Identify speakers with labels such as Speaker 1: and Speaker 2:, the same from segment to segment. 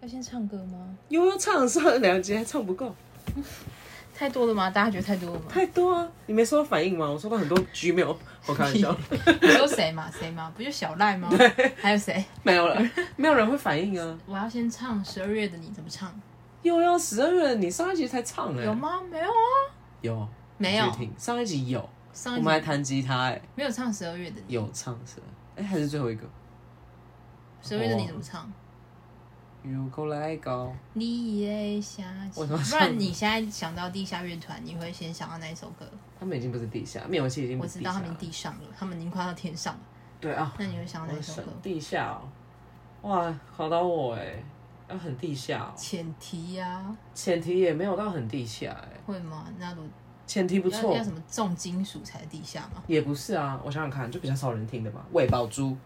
Speaker 1: 要先唱歌吗？
Speaker 2: 悠悠唱上了两集还唱不够，
Speaker 1: 太多了吗？大家觉得太多了 吗？
Speaker 2: 太多啊！你没收到反应吗？我收到很多 Gmail，我开玩笑，
Speaker 1: 你说谁嘛？谁嘛？不就小赖吗？还有谁？
Speaker 2: 没有了，没有人会反应啊。
Speaker 1: 我要先唱十二月的你怎么唱？
Speaker 2: 悠悠十二月，你上一集才唱哎、
Speaker 1: 有吗？没有啊，
Speaker 2: 有
Speaker 1: 没有
Speaker 2: 你去听上一集有，
Speaker 1: 上
Speaker 2: 我
Speaker 1: 一
Speaker 2: 们还
Speaker 1: 集
Speaker 2: 弹吉他哎、
Speaker 1: 没有唱十二月的你。
Speaker 2: 有唱是吧，哎、还是最后一个，
Speaker 1: 十二月的你怎么唱？
Speaker 2: 如果来搞，
Speaker 1: 你也想起，
Speaker 2: 我怎么
Speaker 1: 不
Speaker 2: 唱
Speaker 1: 然你现在想到地下乐团，你会先想到哪一首歌？
Speaker 2: 他们已经不是地下，灭火器已经
Speaker 1: 我
Speaker 2: 不是
Speaker 1: 知
Speaker 2: 地
Speaker 1: 道
Speaker 2: 下
Speaker 1: 他
Speaker 2: 了，
Speaker 1: 们地上了，他们已经快到天上了。
Speaker 2: 对啊，
Speaker 1: 那你会想
Speaker 2: 我
Speaker 1: 到哪
Speaker 2: 的
Speaker 1: 一首
Speaker 2: 神
Speaker 1: 歌？
Speaker 2: 地下哦，哇，考到我哎、要很地下哦，
Speaker 1: 前提呀、
Speaker 2: 前提也没有到很地下哎、
Speaker 1: 啊会吗？那如
Speaker 2: 前提不错
Speaker 1: 要要，什么重金属才地下吗？
Speaker 2: 也不是啊，我想想看，就比较少人听的嘛，喂宝珠，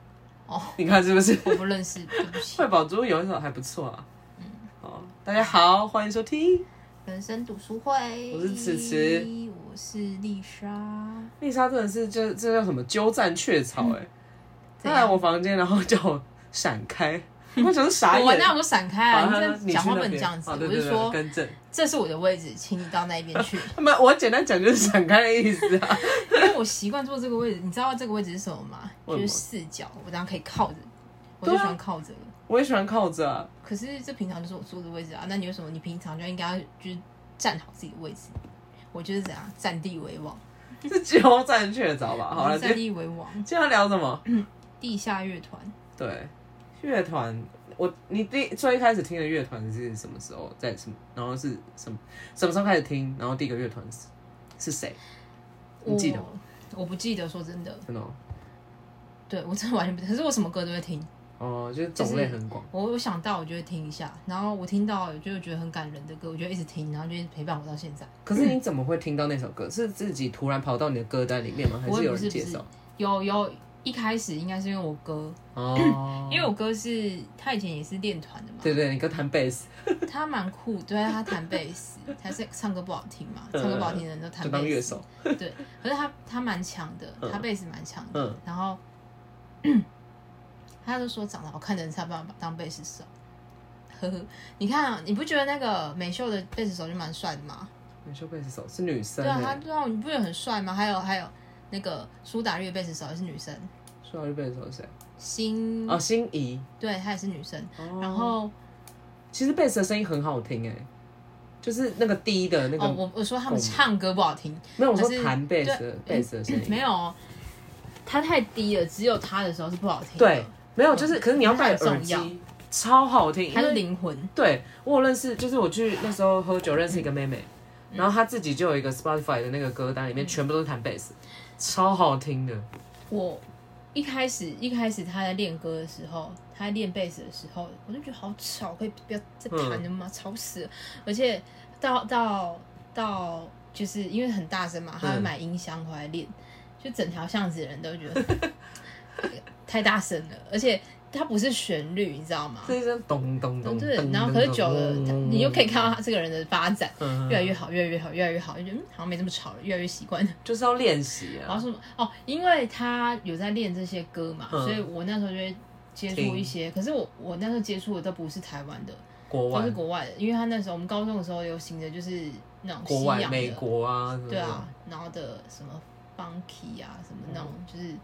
Speaker 1: 哦，
Speaker 2: 你看是不 是？
Speaker 1: 我不认识，对不起。
Speaker 2: 喂宝珠有一首还不错啊，嗯，好，大家好，欢迎收听，
Speaker 1: 人生读书会，
Speaker 2: 我是迟迟，
Speaker 1: 我是丽莎。
Speaker 2: 丽莎真的是这这叫什么鸠占鹊巢哎、她
Speaker 1: 嗯怎
Speaker 2: 来
Speaker 1: 样
Speaker 2: 我房间，然后叫我闪 开，我想说傻
Speaker 1: 我
Speaker 2: 眼。
Speaker 1: 哦那我就闪开
Speaker 2: 然
Speaker 1: 啊！
Speaker 2: 后她说
Speaker 1: 你这
Speaker 2: 去
Speaker 1: 讲话
Speaker 2: 那
Speaker 1: 不能这
Speaker 2: 边
Speaker 1: 样子，
Speaker 2: 哦对
Speaker 1: 我
Speaker 2: 对
Speaker 1: 是
Speaker 2: 对
Speaker 1: 说
Speaker 2: 更正。
Speaker 1: 这是我的位置，请你到那一边 去。
Speaker 2: 那么我简单讲就是闪开的意思啊。
Speaker 1: 因为我习惯坐这个位置，你知道这个位置是什么吗？
Speaker 2: 为什么啊
Speaker 1: 就是四角，我当然可以靠着，我就喜欢靠着了。
Speaker 2: 我也喜欢靠着、啊，
Speaker 1: 可是这平常就是我坐的位置啊，那你为什么你平常就应该就是站好自己的位置？我就是怎样占地为王，
Speaker 2: 是鸠占鹊巢吧？哦好
Speaker 1: 我
Speaker 2: 了，
Speaker 1: 是
Speaker 2: 今
Speaker 1: 占
Speaker 2: 天
Speaker 1: 地为王，
Speaker 2: 今天要聊什么？
Speaker 1: 地下乐团。
Speaker 2: 对，乐团，我你第最一开始听的乐团是什么时候？在什么？然后是什么？什么时候开始听？然后第一个乐团是是谁？你记得吗
Speaker 1: 我？我不记得，说真的，
Speaker 2: 真的哦，
Speaker 1: 对我真的完全不记得。可是我什么歌都会听，
Speaker 2: 哦，就是种类很广。
Speaker 1: 我我想到我就会听一下，然后我听到就觉得很感人的歌，我就一直听，然后就一直陪伴我到现在。
Speaker 2: 可是你怎么会听到那首歌？是自己突然跑到你的歌单里面吗？还
Speaker 1: 我
Speaker 2: 是
Speaker 1: 也
Speaker 2: 有
Speaker 1: 不
Speaker 2: 人
Speaker 1: 是
Speaker 2: 介
Speaker 1: 不是
Speaker 2: 绍？
Speaker 1: 有有一开始应该是因为我哥，
Speaker 2: 哦，
Speaker 1: 因为我哥是他以前也是练团的嘛，
Speaker 2: 对对，你跟弹贝斯，
Speaker 1: 他蛮酷，对他弹贝斯，他是唱歌不好听嘛，唱歌不好听的人都
Speaker 2: 就
Speaker 1: 弹
Speaker 2: 当乐
Speaker 1: 贝斯，
Speaker 2: 手。
Speaker 1: 对，可是他他蛮强的，
Speaker 2: 嗯
Speaker 1: 他贝斯蛮强的，
Speaker 2: 嗯
Speaker 1: 然后 他就说长得好看的人才有办法当贝斯手，呵呵，你看、啊、你不觉得那个美秀的贝斯手就蛮帅的吗？
Speaker 2: 你说贝斯手是女生
Speaker 1: 对啊，他
Speaker 2: 欸，
Speaker 1: 对啊，你不觉得很帅吗？还有还有那个苏打绿的贝斯手也是女生，
Speaker 2: 说到日贝斯手是谁？
Speaker 1: 新、
Speaker 2: 哦，心仪。
Speaker 1: 对她也是女生，
Speaker 2: 哦
Speaker 1: 嗯然后。
Speaker 2: 其实贝斯的声音很好听哎，就是那个低的那个，
Speaker 1: 哦，我我说他
Speaker 2: 共
Speaker 1: 们
Speaker 2: 鸣
Speaker 1: 唱歌不好听，
Speaker 2: 没有我说
Speaker 1: 还是
Speaker 2: 弹贝斯
Speaker 1: 对
Speaker 2: 的贝斯的声音，
Speaker 1: 没有哦，他太低了，只有他的时候是不好听的。
Speaker 2: 对，没有
Speaker 1: 嗯
Speaker 2: 就是，可是你要戴
Speaker 1: 它
Speaker 2: 耳
Speaker 1: 很重要
Speaker 2: 机，超好听，
Speaker 1: 他
Speaker 2: 因
Speaker 1: 是
Speaker 2: 为
Speaker 1: 灵魂。
Speaker 2: 对我有认识，就是我去那时候喝酒认识一个妹妹，
Speaker 1: 嗯
Speaker 2: 然后她自己就有一个 Spotify 的那个歌单，里面全部都是弹贝斯，超好听的。
Speaker 1: 我一开始一开始他在练歌的时候，他在练贝斯的时候，我就觉得好吵，可以不要再弹了吗？吵死了！而且到到到，就是因为很大声嘛，他会
Speaker 2: 嗯
Speaker 1: 买音箱回来练，就整条巷子的人都觉得太大声了，而且它不是旋律，你知道吗？
Speaker 2: 这一声咚咚
Speaker 1: 嗯
Speaker 2: 咚，
Speaker 1: 对
Speaker 2: 咚，
Speaker 1: 然后可是久了，他
Speaker 2: 嗯
Speaker 1: 你就可以看到，
Speaker 2: 咚
Speaker 1: 他这个人的发展
Speaker 2: 咚咚嗯
Speaker 1: 越来越好，越来越好，越来越好，就觉得嗯好像没这么吵了，越来越习惯了。
Speaker 2: 就是要练习
Speaker 1: 然后
Speaker 2: 啊，
Speaker 1: 什么哦，因为他有在练这些歌嘛，
Speaker 2: 嗯
Speaker 1: 所以我那时候就会接触
Speaker 2: 听
Speaker 1: 一些。可是我我那时候接触的都不是台湾的，
Speaker 2: 国
Speaker 1: 都
Speaker 2: 外
Speaker 1: 是、国外的，因为他那时候我们高中的时候流行的就是那种
Speaker 2: 国
Speaker 1: 西
Speaker 2: 外、
Speaker 1: 洋
Speaker 2: 美
Speaker 1: 的，
Speaker 2: 国啊，什么的
Speaker 1: 对啊，，然后的什么 funky 啊，什么那种就是，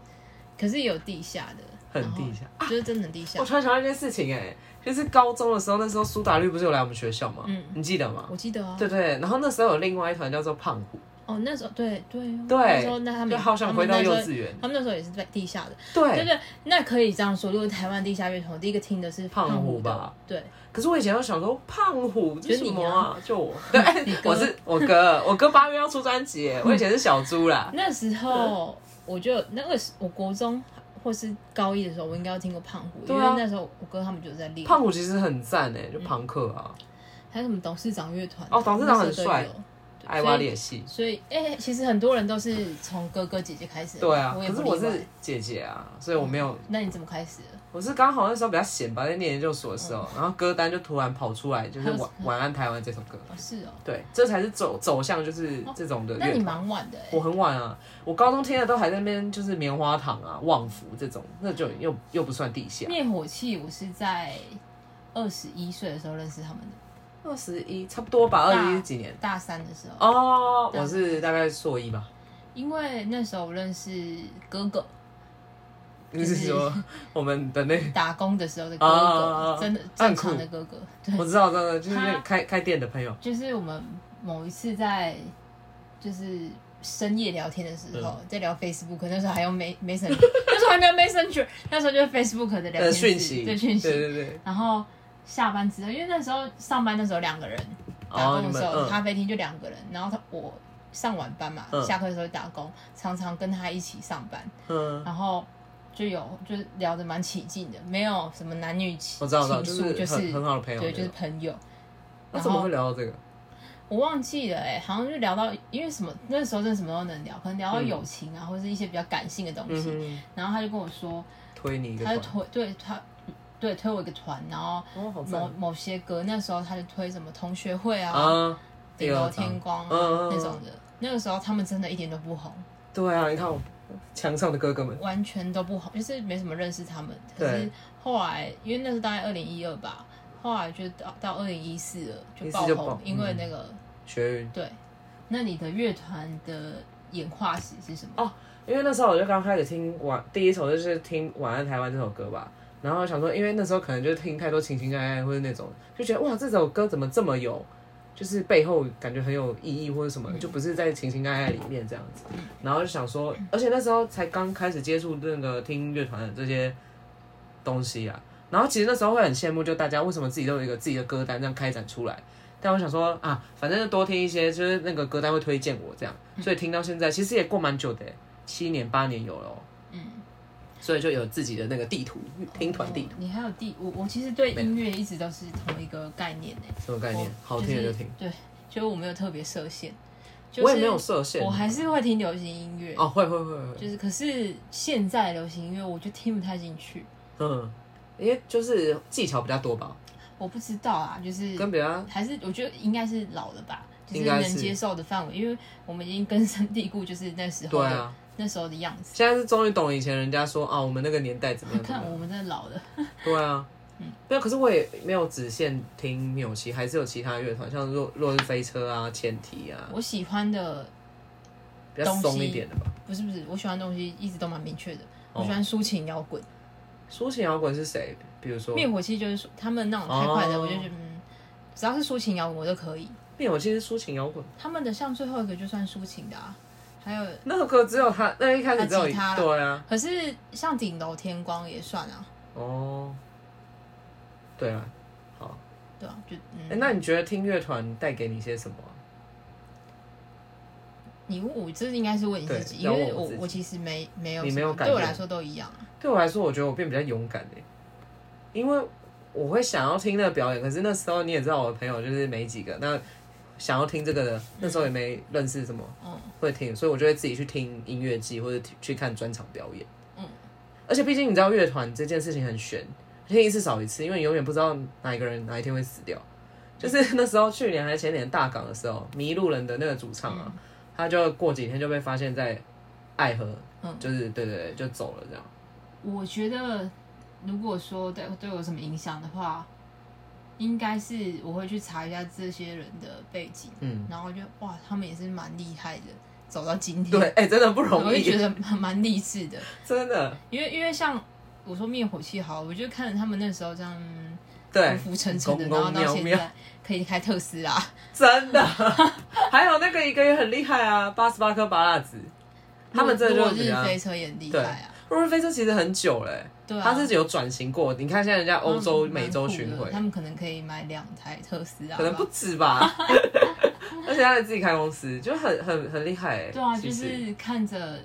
Speaker 1: 可是也有地下的，
Speaker 2: 很
Speaker 1: 然后
Speaker 2: 地下，啊
Speaker 1: 就是真的很地下
Speaker 2: 我。突然想到一件事情、哎，就是高中的时候，那时候苏打绿不是有来我们学校吗？
Speaker 1: 嗯
Speaker 2: 你记得吗？
Speaker 1: 我记得啊，
Speaker 2: 对对，然后那时候有另外一团叫做胖虎，
Speaker 1: 哦，那时候对对哦
Speaker 2: 对
Speaker 1: 那时候那他
Speaker 2: 就
Speaker 1: 们
Speaker 2: 好想回到
Speaker 1: 他们
Speaker 2: 幼
Speaker 1: 那时候
Speaker 2: 稚园。
Speaker 1: 他们那时候也是在地下的，对
Speaker 2: 对，
Speaker 1: 对，那可以这样说。如果台湾地下乐团，我第一个听的是
Speaker 2: 胖虎
Speaker 1: 虎的
Speaker 2: 吧，
Speaker 1: 对，
Speaker 2: 可是我以前就想说胖虎这是什么啊？就我，
Speaker 1: 你
Speaker 2: 对，
Speaker 1: 哥
Speaker 2: 我是我哥，我哥八月要出专辑耶，我以前是小猪啦。
Speaker 1: 那时候我就那个时我国中或是高一的时候，我应该有听过胖虎，因
Speaker 2: 对
Speaker 1: 为
Speaker 2: 啊
Speaker 1: 那时候我哥他们就在练，
Speaker 2: 胖虎其实很赞哎，就
Speaker 1: 嗯
Speaker 2: 朋克啊，
Speaker 1: 还有什么董事长乐团
Speaker 2: 哦董事长很帅，
Speaker 1: 那
Speaker 2: 爱
Speaker 1: 时候都有对
Speaker 2: 挖裂隙。
Speaker 1: 所以，所以哎、其实很多人都是从哥哥姐姐开始的嘛，
Speaker 2: 对啊，
Speaker 1: 我也
Speaker 2: 可是
Speaker 1: 不
Speaker 2: 我
Speaker 1: 例外
Speaker 2: 是姐姐啊，所以我没有，
Speaker 1: 那你怎么开始的？
Speaker 2: 我是刚好那时候比较闲吧，在念研究所的时候，然后歌单就突然跑出来，就是
Speaker 1: 嗯还有
Speaker 2: 晚晚安台湾这首歌。
Speaker 1: 哦，是哦，
Speaker 2: 对，这才是走走向就是这种的乐
Speaker 1: 那
Speaker 2: 团。
Speaker 1: 你蛮晚的、
Speaker 2: 我
Speaker 1: 欸，
Speaker 2: 很晚啊，我高中听的都还在那边，就是棉花糖啊、旺福这种，那就又又不算地下。
Speaker 1: 灭火器我是在二十一岁的时候认识他们的，
Speaker 2: 二十一差不多吧，二
Speaker 1: 大
Speaker 2: 十一是几年？
Speaker 1: 大三的时候，
Speaker 2: 哦，
Speaker 1: 大
Speaker 2: 我是大概硕一 吧。
Speaker 1: 因为那时候我认识哥哥，
Speaker 2: 你是说我们的那？
Speaker 1: 打工的时候的哥
Speaker 2: 哦哦哦
Speaker 1: 哥，真的正
Speaker 2: 那很酷
Speaker 1: 常的哥哥，对
Speaker 2: 我，知道，知道，就是那个
Speaker 1: 他
Speaker 2: 开开店的朋友。
Speaker 1: 就是我们某一次在就是深夜聊天的时候，
Speaker 2: 嗯
Speaker 1: 在聊 Facebook，那时候还用 Me- Messenger，那 时候还没有 Messenger，那时候就是 Facebook 的聊
Speaker 2: 呃，
Speaker 1: 天室
Speaker 2: 讯息，
Speaker 1: 对讯
Speaker 2: 对
Speaker 1: 息。
Speaker 2: 对对，
Speaker 1: 然后下班之后，因为那时候上班那时候两个人打
Speaker 2: 哦，你
Speaker 1: 工的
Speaker 2: 们
Speaker 1: 时候，咖
Speaker 2: 嗯，
Speaker 1: 啡厅就两个人，然后他我上晚班嘛，
Speaker 2: 嗯
Speaker 1: 下课的时候打工，常常跟他一起上班，
Speaker 2: 嗯，
Speaker 1: 然后。就有就是聊得蛮起劲的，没有什么男女情
Speaker 2: 我知道，我知道，
Speaker 1: 情
Speaker 2: 就
Speaker 1: 愫，
Speaker 2: 是
Speaker 1: 就是
Speaker 2: 很很好的朋友那
Speaker 1: 对，
Speaker 2: 种。
Speaker 1: 就是朋友。
Speaker 2: 那
Speaker 1: 然
Speaker 2: 怎么
Speaker 1: 后
Speaker 2: 会聊到这个？
Speaker 1: 我忘记了、欸，好像就聊到，因为什么那时候真的什么都能聊，可能聊到
Speaker 2: 嗯
Speaker 1: 友情啊，或者是一些比较感性的东
Speaker 2: 嗯
Speaker 1: 西。
Speaker 2: 哼，
Speaker 1: 然后他就跟我说，
Speaker 2: 推你一个
Speaker 1: 他就
Speaker 2: 团
Speaker 1: 推对他对推我一个团，然后
Speaker 2: 哦，好
Speaker 1: 某
Speaker 2: 赞
Speaker 1: 某些歌，那时候他就推什么同学会啊、
Speaker 2: 啊！
Speaker 1: 顶楼天光啊
Speaker 2: 嗯嗯嗯
Speaker 1: 那种的。那个时候他们真的一点都不红，
Speaker 2: 对啊，你看我墙上的哥哥们，
Speaker 1: 完全都不红，就是没什么认识他们。可
Speaker 2: 对
Speaker 1: 是后来，因为那是大概二零一二吧，后来就到到二零一四了，就
Speaker 2: 14
Speaker 1: 爆
Speaker 2: 就
Speaker 1: 红
Speaker 2: 爆，
Speaker 1: 因为
Speaker 2: 嗯
Speaker 1: 那个。
Speaker 2: 学运。
Speaker 1: 对，那你的乐团的演化史是什么？
Speaker 2: 哦因为那时候我就刚开始听晚第一首就是听《晚安台湾》这首歌吧，然后想说，因为那时候可能就听太多情情爱爱或者那种，就觉得哇，这首歌怎么这么有，就是背后感觉很有意义或者什么，就不是在情情爱爱里面这样子。然后就想说，而且那时候才刚开始接触那个听乐团的这些东西啊，然后其实那时候会很羡慕，就大家为什么自己都有一个自己的歌单这样开展出来。但我想说啊，反正就多听一些，就是那个歌单会推荐我这样，
Speaker 1: 嗯
Speaker 2: 所以听到现在其实也过蛮久的欸、七年八年有了、哦，
Speaker 1: 嗯，
Speaker 2: 所以就有自己的那个地图，听团地图
Speaker 1: 哦，你还有地，我我其实对
Speaker 2: 没有
Speaker 1: 音乐一直都是同一个概念诶、
Speaker 2: 什么概念
Speaker 1: 我？
Speaker 2: 好听的就听，
Speaker 1: 是。对，就是我没有特别设限，就是、
Speaker 2: 我也没有，设限，
Speaker 1: 我还是会听流行音乐。
Speaker 2: 哦，会会会，会
Speaker 1: 就是，可是现在流行音乐我就听不太进去，
Speaker 2: 嗯，因为就是技巧比较多吧，
Speaker 1: 我不知道啊，就是
Speaker 2: 跟别人
Speaker 1: 还是我觉得应该是老了吧，就
Speaker 2: 应
Speaker 1: 是
Speaker 2: 该
Speaker 1: 能
Speaker 2: 是
Speaker 1: 接受的范围，因为我们已经根深蒂固，就是那时候
Speaker 2: 对
Speaker 1: 的、
Speaker 2: 啊，
Speaker 1: 那时候的样子。
Speaker 2: 现在是终于懂以前人家说啊，我们那个年代怎么样怎么
Speaker 1: 看
Speaker 2: 样，
Speaker 1: 我们真的老了，
Speaker 2: 对啊。
Speaker 1: 嗯
Speaker 2: 没有，可是我也没有只限听纽西，还是有其他乐团，像落落日飞车啊、前提啊，
Speaker 1: 我喜欢的
Speaker 2: 比较
Speaker 1: 东
Speaker 2: 松
Speaker 1: 西
Speaker 2: 一点的吧。
Speaker 1: 不是不是，我喜欢的东西一直都蛮明确的。
Speaker 2: 哦
Speaker 1: 我喜欢抒情摇滚，
Speaker 2: 抒情摇滚是谁？比如说
Speaker 1: 灭火器就是他们那种太快的，
Speaker 2: 哦
Speaker 1: 我就觉得嗯，只要是抒情摇滚我都可以。
Speaker 2: 灭火器是抒情摇滚，
Speaker 1: 他们的像最后一个就算抒情的啊，还有
Speaker 2: 那首歌只有他，那一开始只有
Speaker 1: 他吉他啦
Speaker 2: 对啊，
Speaker 1: 可是像顶楼天光也算啊，
Speaker 2: 哦，对啊，好，
Speaker 1: 对啊，就嗯，
Speaker 2: 哎、那你觉得听乐团带给你些什么啊、
Speaker 1: 你问我这应该是问你自己，
Speaker 2: 对
Speaker 1: 因为
Speaker 2: 要问我
Speaker 1: 我
Speaker 2: 自己
Speaker 1: 我其实没没有
Speaker 2: 你
Speaker 1: 什么
Speaker 2: 没有感觉
Speaker 1: 对我来说都一样啊，
Speaker 2: 对我来说，我觉得我变比较勇敢哎、因为我会想要听那个表演，可是那时候你也知道，我的朋友就是没几个，那想要听这个的，那时候也没认识什么
Speaker 1: 嗯
Speaker 2: 会听，所以我就会自己去听音乐季或者去看专场表演。
Speaker 1: 嗯，
Speaker 2: 而且毕竟你知道乐团这件事情很悬，听一次少一次，因为你永远不知道哪一个人哪一天会死掉。就是 那时候去年还是前年大港的时候，迷路人的那个主唱
Speaker 1: 嗯
Speaker 2: 啊，他就过几天就被发现在爱河，
Speaker 1: 嗯
Speaker 2: 就是对对对，就走了这样。
Speaker 1: 我觉得如果说对对我有什么影响的话，应该是我会去查一下这些人的背景，
Speaker 2: 嗯，
Speaker 1: 然后就哇，他们也是蛮厉害的，走到今天，
Speaker 2: 对，哎、真的不容
Speaker 1: 我就觉
Speaker 2: 易，
Speaker 1: 得蛮蛮励志的。
Speaker 2: 真的，
Speaker 1: 因为因为像我说灭火器好，我就看着他们那时候这样
Speaker 2: 对，
Speaker 1: 浮浮沉沉的，
Speaker 2: 公
Speaker 1: 然
Speaker 2: 公
Speaker 1: 后到现
Speaker 2: 喵喵
Speaker 1: 在可以开特斯拉，
Speaker 2: 真的。 还有那个一个也很厉害啊，八十八颗拔蜡子，他们真的
Speaker 1: 如
Speaker 2: 就
Speaker 1: 果
Speaker 2: 是比
Speaker 1: 日
Speaker 2: 较。
Speaker 1: 飞车也很厉害啊，
Speaker 2: 若日飞车其实很久嘞、
Speaker 1: 对啊，
Speaker 2: 它是有转型过。你看现在人家欧洲、
Speaker 1: 蛮
Speaker 2: 美洲巡
Speaker 1: 蛮酷
Speaker 2: 回
Speaker 1: 的，他们可能可以买两台特斯拉吧，
Speaker 2: 可能不止 吧。而且他们自己开公司，就很很很厉害、欸。
Speaker 1: 对啊，
Speaker 2: 其
Speaker 1: 就
Speaker 2: 实
Speaker 1: 是看着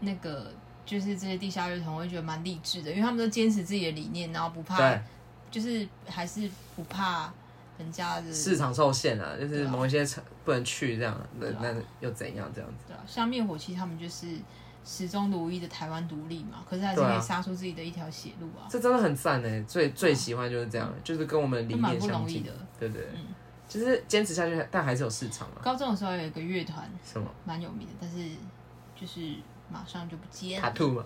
Speaker 1: 那个。就是这些地下乐团，我会觉得蛮励志的，因为他们都坚持自己的理念，然后不怕
Speaker 2: 对，
Speaker 1: 就是还是不怕人家的
Speaker 2: 市场受限啊，就是
Speaker 1: 对啊
Speaker 2: 某一些城不能去这样，那
Speaker 1: 对啊
Speaker 2: 那又怎样这样子？
Speaker 1: 对啊，像灭火器他们就是始终如一的台湾独立嘛，可是还是可
Speaker 2: 对啊
Speaker 1: 以杀出自己的一条血路啊，
Speaker 2: 这真的很赞哎，最最喜欢就是这样，就是跟我们理
Speaker 1: 这啊蛮
Speaker 2: 念
Speaker 1: 不
Speaker 2: 相
Speaker 1: 容易
Speaker 2: 近
Speaker 1: 的，。
Speaker 2: 对不对？
Speaker 1: 嗯
Speaker 2: 就是坚持下去，但还是有市场啊。
Speaker 1: 高中的时候有一个乐团
Speaker 2: 什么？
Speaker 1: 蛮有名的，但是就是马上就不见
Speaker 2: 塔
Speaker 1: 了。
Speaker 2: 兔嘛，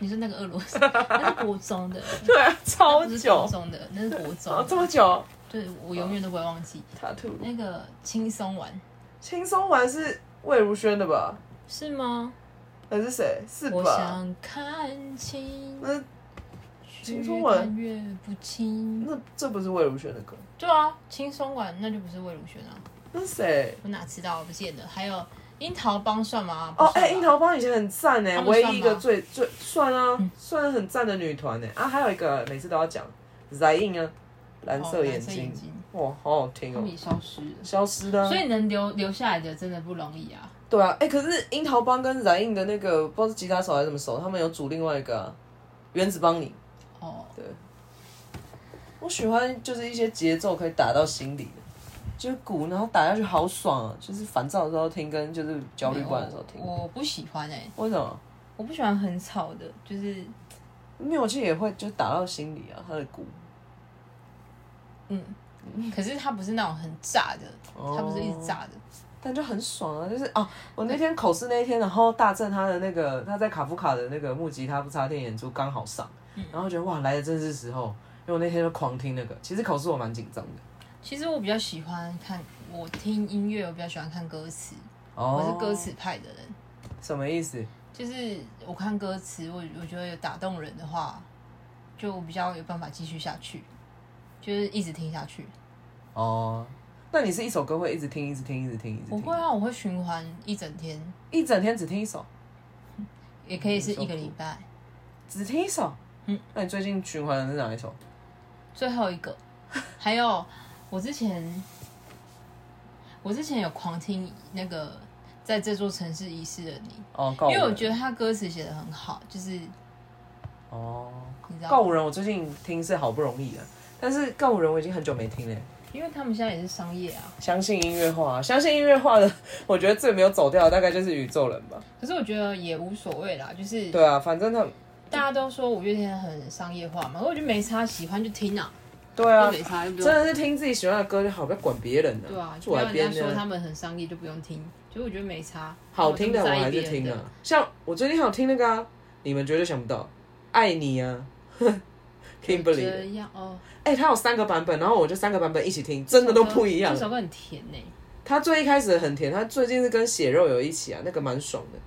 Speaker 1: 你说那个俄罗 斯，那是国中的，
Speaker 2: 对啊，
Speaker 1: 那
Speaker 2: 超
Speaker 1: 嗯不是高
Speaker 2: 久，
Speaker 1: 中的，那是国
Speaker 2: 啊，
Speaker 1: 中。
Speaker 2: 这么久，
Speaker 1: 对，我永远都不会忘记
Speaker 2: 塔兔
Speaker 1: 那个轻松玩
Speaker 2: 轻松玩是魏如萱的吧？
Speaker 1: 是吗？
Speaker 2: 还是谁？是
Speaker 1: 我
Speaker 2: 吧？
Speaker 1: 想看清，
Speaker 2: 那轻松
Speaker 1: 越
Speaker 2: 玩
Speaker 1: 看越不清。
Speaker 2: 那这不是魏如萱的歌，
Speaker 1: 对啊，轻松玩那就不是魏如萱啊，
Speaker 2: 那是谁？
Speaker 1: 我哪知道？我不见得。还有樱桃帮算吗？
Speaker 2: 哦，
Speaker 1: 不
Speaker 2: 哎、
Speaker 1: 算吧
Speaker 2: 樱桃帮以前很赞哎，
Speaker 1: 他们
Speaker 2: 唯
Speaker 1: 算
Speaker 2: 一一
Speaker 1: 吗嗯
Speaker 2: 个最最算啊，算很赞的女团哎啊，还有一个每次都要讲 Zayn 啊，蓝
Speaker 1: 哦
Speaker 2: 色
Speaker 1: 蓝
Speaker 2: 眼
Speaker 1: 色
Speaker 2: 睛
Speaker 1: 眼，睛
Speaker 2: 哇，好好听
Speaker 1: 他
Speaker 2: 哦
Speaker 1: 们，也消失了。
Speaker 2: 消失的啊、
Speaker 1: 所以能留留下来的真的不容易啊。
Speaker 2: 对啊，哎、可是樱桃帮跟 Zayn 的那个不知道是吉他手还是什么手，他们有组另外一个、啊、原子帮你，
Speaker 1: 哦，
Speaker 2: 对，我喜欢就是一些节奏可以打到心里的，就是鼓，然后打下去好爽啊！就是烦躁的时候听，跟就是焦虑不安的时候听。
Speaker 1: 我我不喜欢哎、
Speaker 2: 为什么？
Speaker 1: 我不喜欢很吵的，就是
Speaker 2: 灭火器也会就打到心里啊，他的鼓。嗯
Speaker 1: 可是它不是那种很炸的，
Speaker 2: 哦
Speaker 1: 它不是一直炸的。
Speaker 2: 但就很爽啊！就是啊，我那天口试那一天，然后大正他的那个他在卡夫卡的那个木吉他不插电演出刚好上，
Speaker 1: 嗯
Speaker 2: 然后觉得哇来的正是时候，因为我那天就狂听那个。其实口试我蛮紧张的，
Speaker 1: 其实我比较喜欢看，我听音乐，我比较喜欢看歌词，
Speaker 2: 哦，
Speaker 1: 我是歌词派的人。
Speaker 2: 什么意思？
Speaker 1: 就是我看歌词，我我觉得有打动人的话，就比较有办法继续下去，就是一直听下去。
Speaker 2: 哦，那你是一首歌会一直听，一直听，一直听，一直
Speaker 1: 我
Speaker 2: 听？
Speaker 1: 会啊，我会循环一整天，
Speaker 2: 一整天只听一首，
Speaker 1: 也可以是
Speaker 2: 嗯
Speaker 1: 一个礼拜。
Speaker 2: 只听一首。
Speaker 1: 嗯，
Speaker 2: 那你最近循环的是哪一首？
Speaker 1: 最后一 个，还有我之前，我之前有狂听那个在这座城市遗失的你，
Speaker 2: 哦，告五
Speaker 1: 因
Speaker 2: 人。
Speaker 1: 为我觉得他歌词写的很好，就是你
Speaker 2: 哦，
Speaker 1: 知道
Speaker 2: 告
Speaker 1: 吗，
Speaker 2: 五人我最近听是好不容易的，但是告五人我已经很久没听了。
Speaker 1: 因为他们现在也是商业啊。
Speaker 2: 相信音乐化，相信音乐化的，我觉得最没有走掉的大概就是宇宙人吧。
Speaker 1: 可是我觉得也无所谓啦，就是
Speaker 2: 对啊，反正他，
Speaker 1: 大家都说五月天很商业化嘛，可我就没差，喜欢就听啊，
Speaker 2: 对啊
Speaker 1: 又，没差，又不
Speaker 2: 真
Speaker 1: 用。
Speaker 2: 的是听自己喜欢的歌就好，不要管别人了、
Speaker 1: 对啊，就
Speaker 2: 坐
Speaker 1: 不
Speaker 2: 来
Speaker 1: 要
Speaker 2: 边
Speaker 1: 人家
Speaker 2: 呢
Speaker 1: 说他们很商业就不用听，其实我觉得没差。
Speaker 2: 好听的
Speaker 1: 我
Speaker 2: 我
Speaker 1: 就不在
Speaker 2: 还
Speaker 1: 意
Speaker 2: 是
Speaker 1: 别人
Speaker 2: 听
Speaker 1: 的
Speaker 2: 啊，像我最近想听那个、啊，你们绝对想不到，爱你啊
Speaker 1: 就
Speaker 2: ，Kimberly 的。
Speaker 1: 这样哦，
Speaker 2: 哎、它有三个版本，然后我就三个版本一起听，真的都不一样
Speaker 1: 这。首歌很甜呢、
Speaker 2: 它最一开始很甜，它最近是跟血肉有一起啊，那个蛮爽的。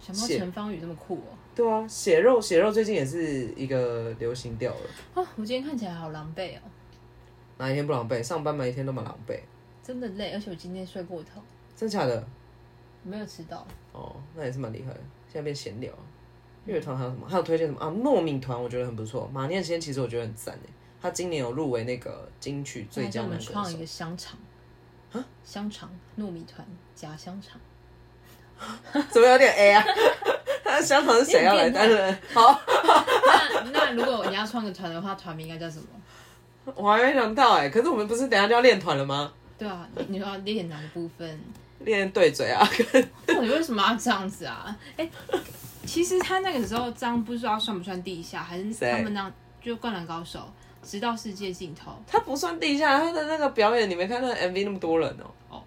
Speaker 1: 想不到
Speaker 2: 是
Speaker 1: 陈芳宇这么酷哦、
Speaker 2: 对啊，血肉血肉最近也是一个流行调了。
Speaker 1: 啊，我今天看起来好狼狈哦，
Speaker 2: 哪一天不狼狈？上班每一天都蛮狼狈，
Speaker 1: 真的累，而且我今天睡过头，
Speaker 2: 真假的？
Speaker 1: 没有迟到。
Speaker 2: 哦，那也是蛮厉害的。现在变闲聊，乐团还有什么？还有推荐什么啊？糯米团我觉得很不错，马念先其实我觉得很赞诶，欸他今年有入围那个金曲最
Speaker 1: 那
Speaker 2: 佳
Speaker 1: 我
Speaker 2: 男
Speaker 1: 们
Speaker 2: 歌
Speaker 1: 创
Speaker 2: 手
Speaker 1: 一。个香肠
Speaker 2: 啊，
Speaker 1: 香肠糯米团夹香肠，
Speaker 2: 怎么有点 A 啊？ 他香港是谁要来
Speaker 1: 有点变态
Speaker 2: 担任？好，
Speaker 1: 那那如果你要创个团的话，团名应该叫什么？
Speaker 2: 我还没想到哎、可是我们不是等一下就要练团了吗？
Speaker 1: 对啊，你说要练哪个部分？
Speaker 2: 练对嘴啊，跟
Speaker 1: 到底为什么要这样子啊？哎、其实他那个时候这样不知道算不算地下，还是
Speaker 2: 谁
Speaker 1: 他们那样就灌篮高手，直到世界尽头。
Speaker 2: 他不算地下，他的那个表演你没看那个 MV 那么多人哦、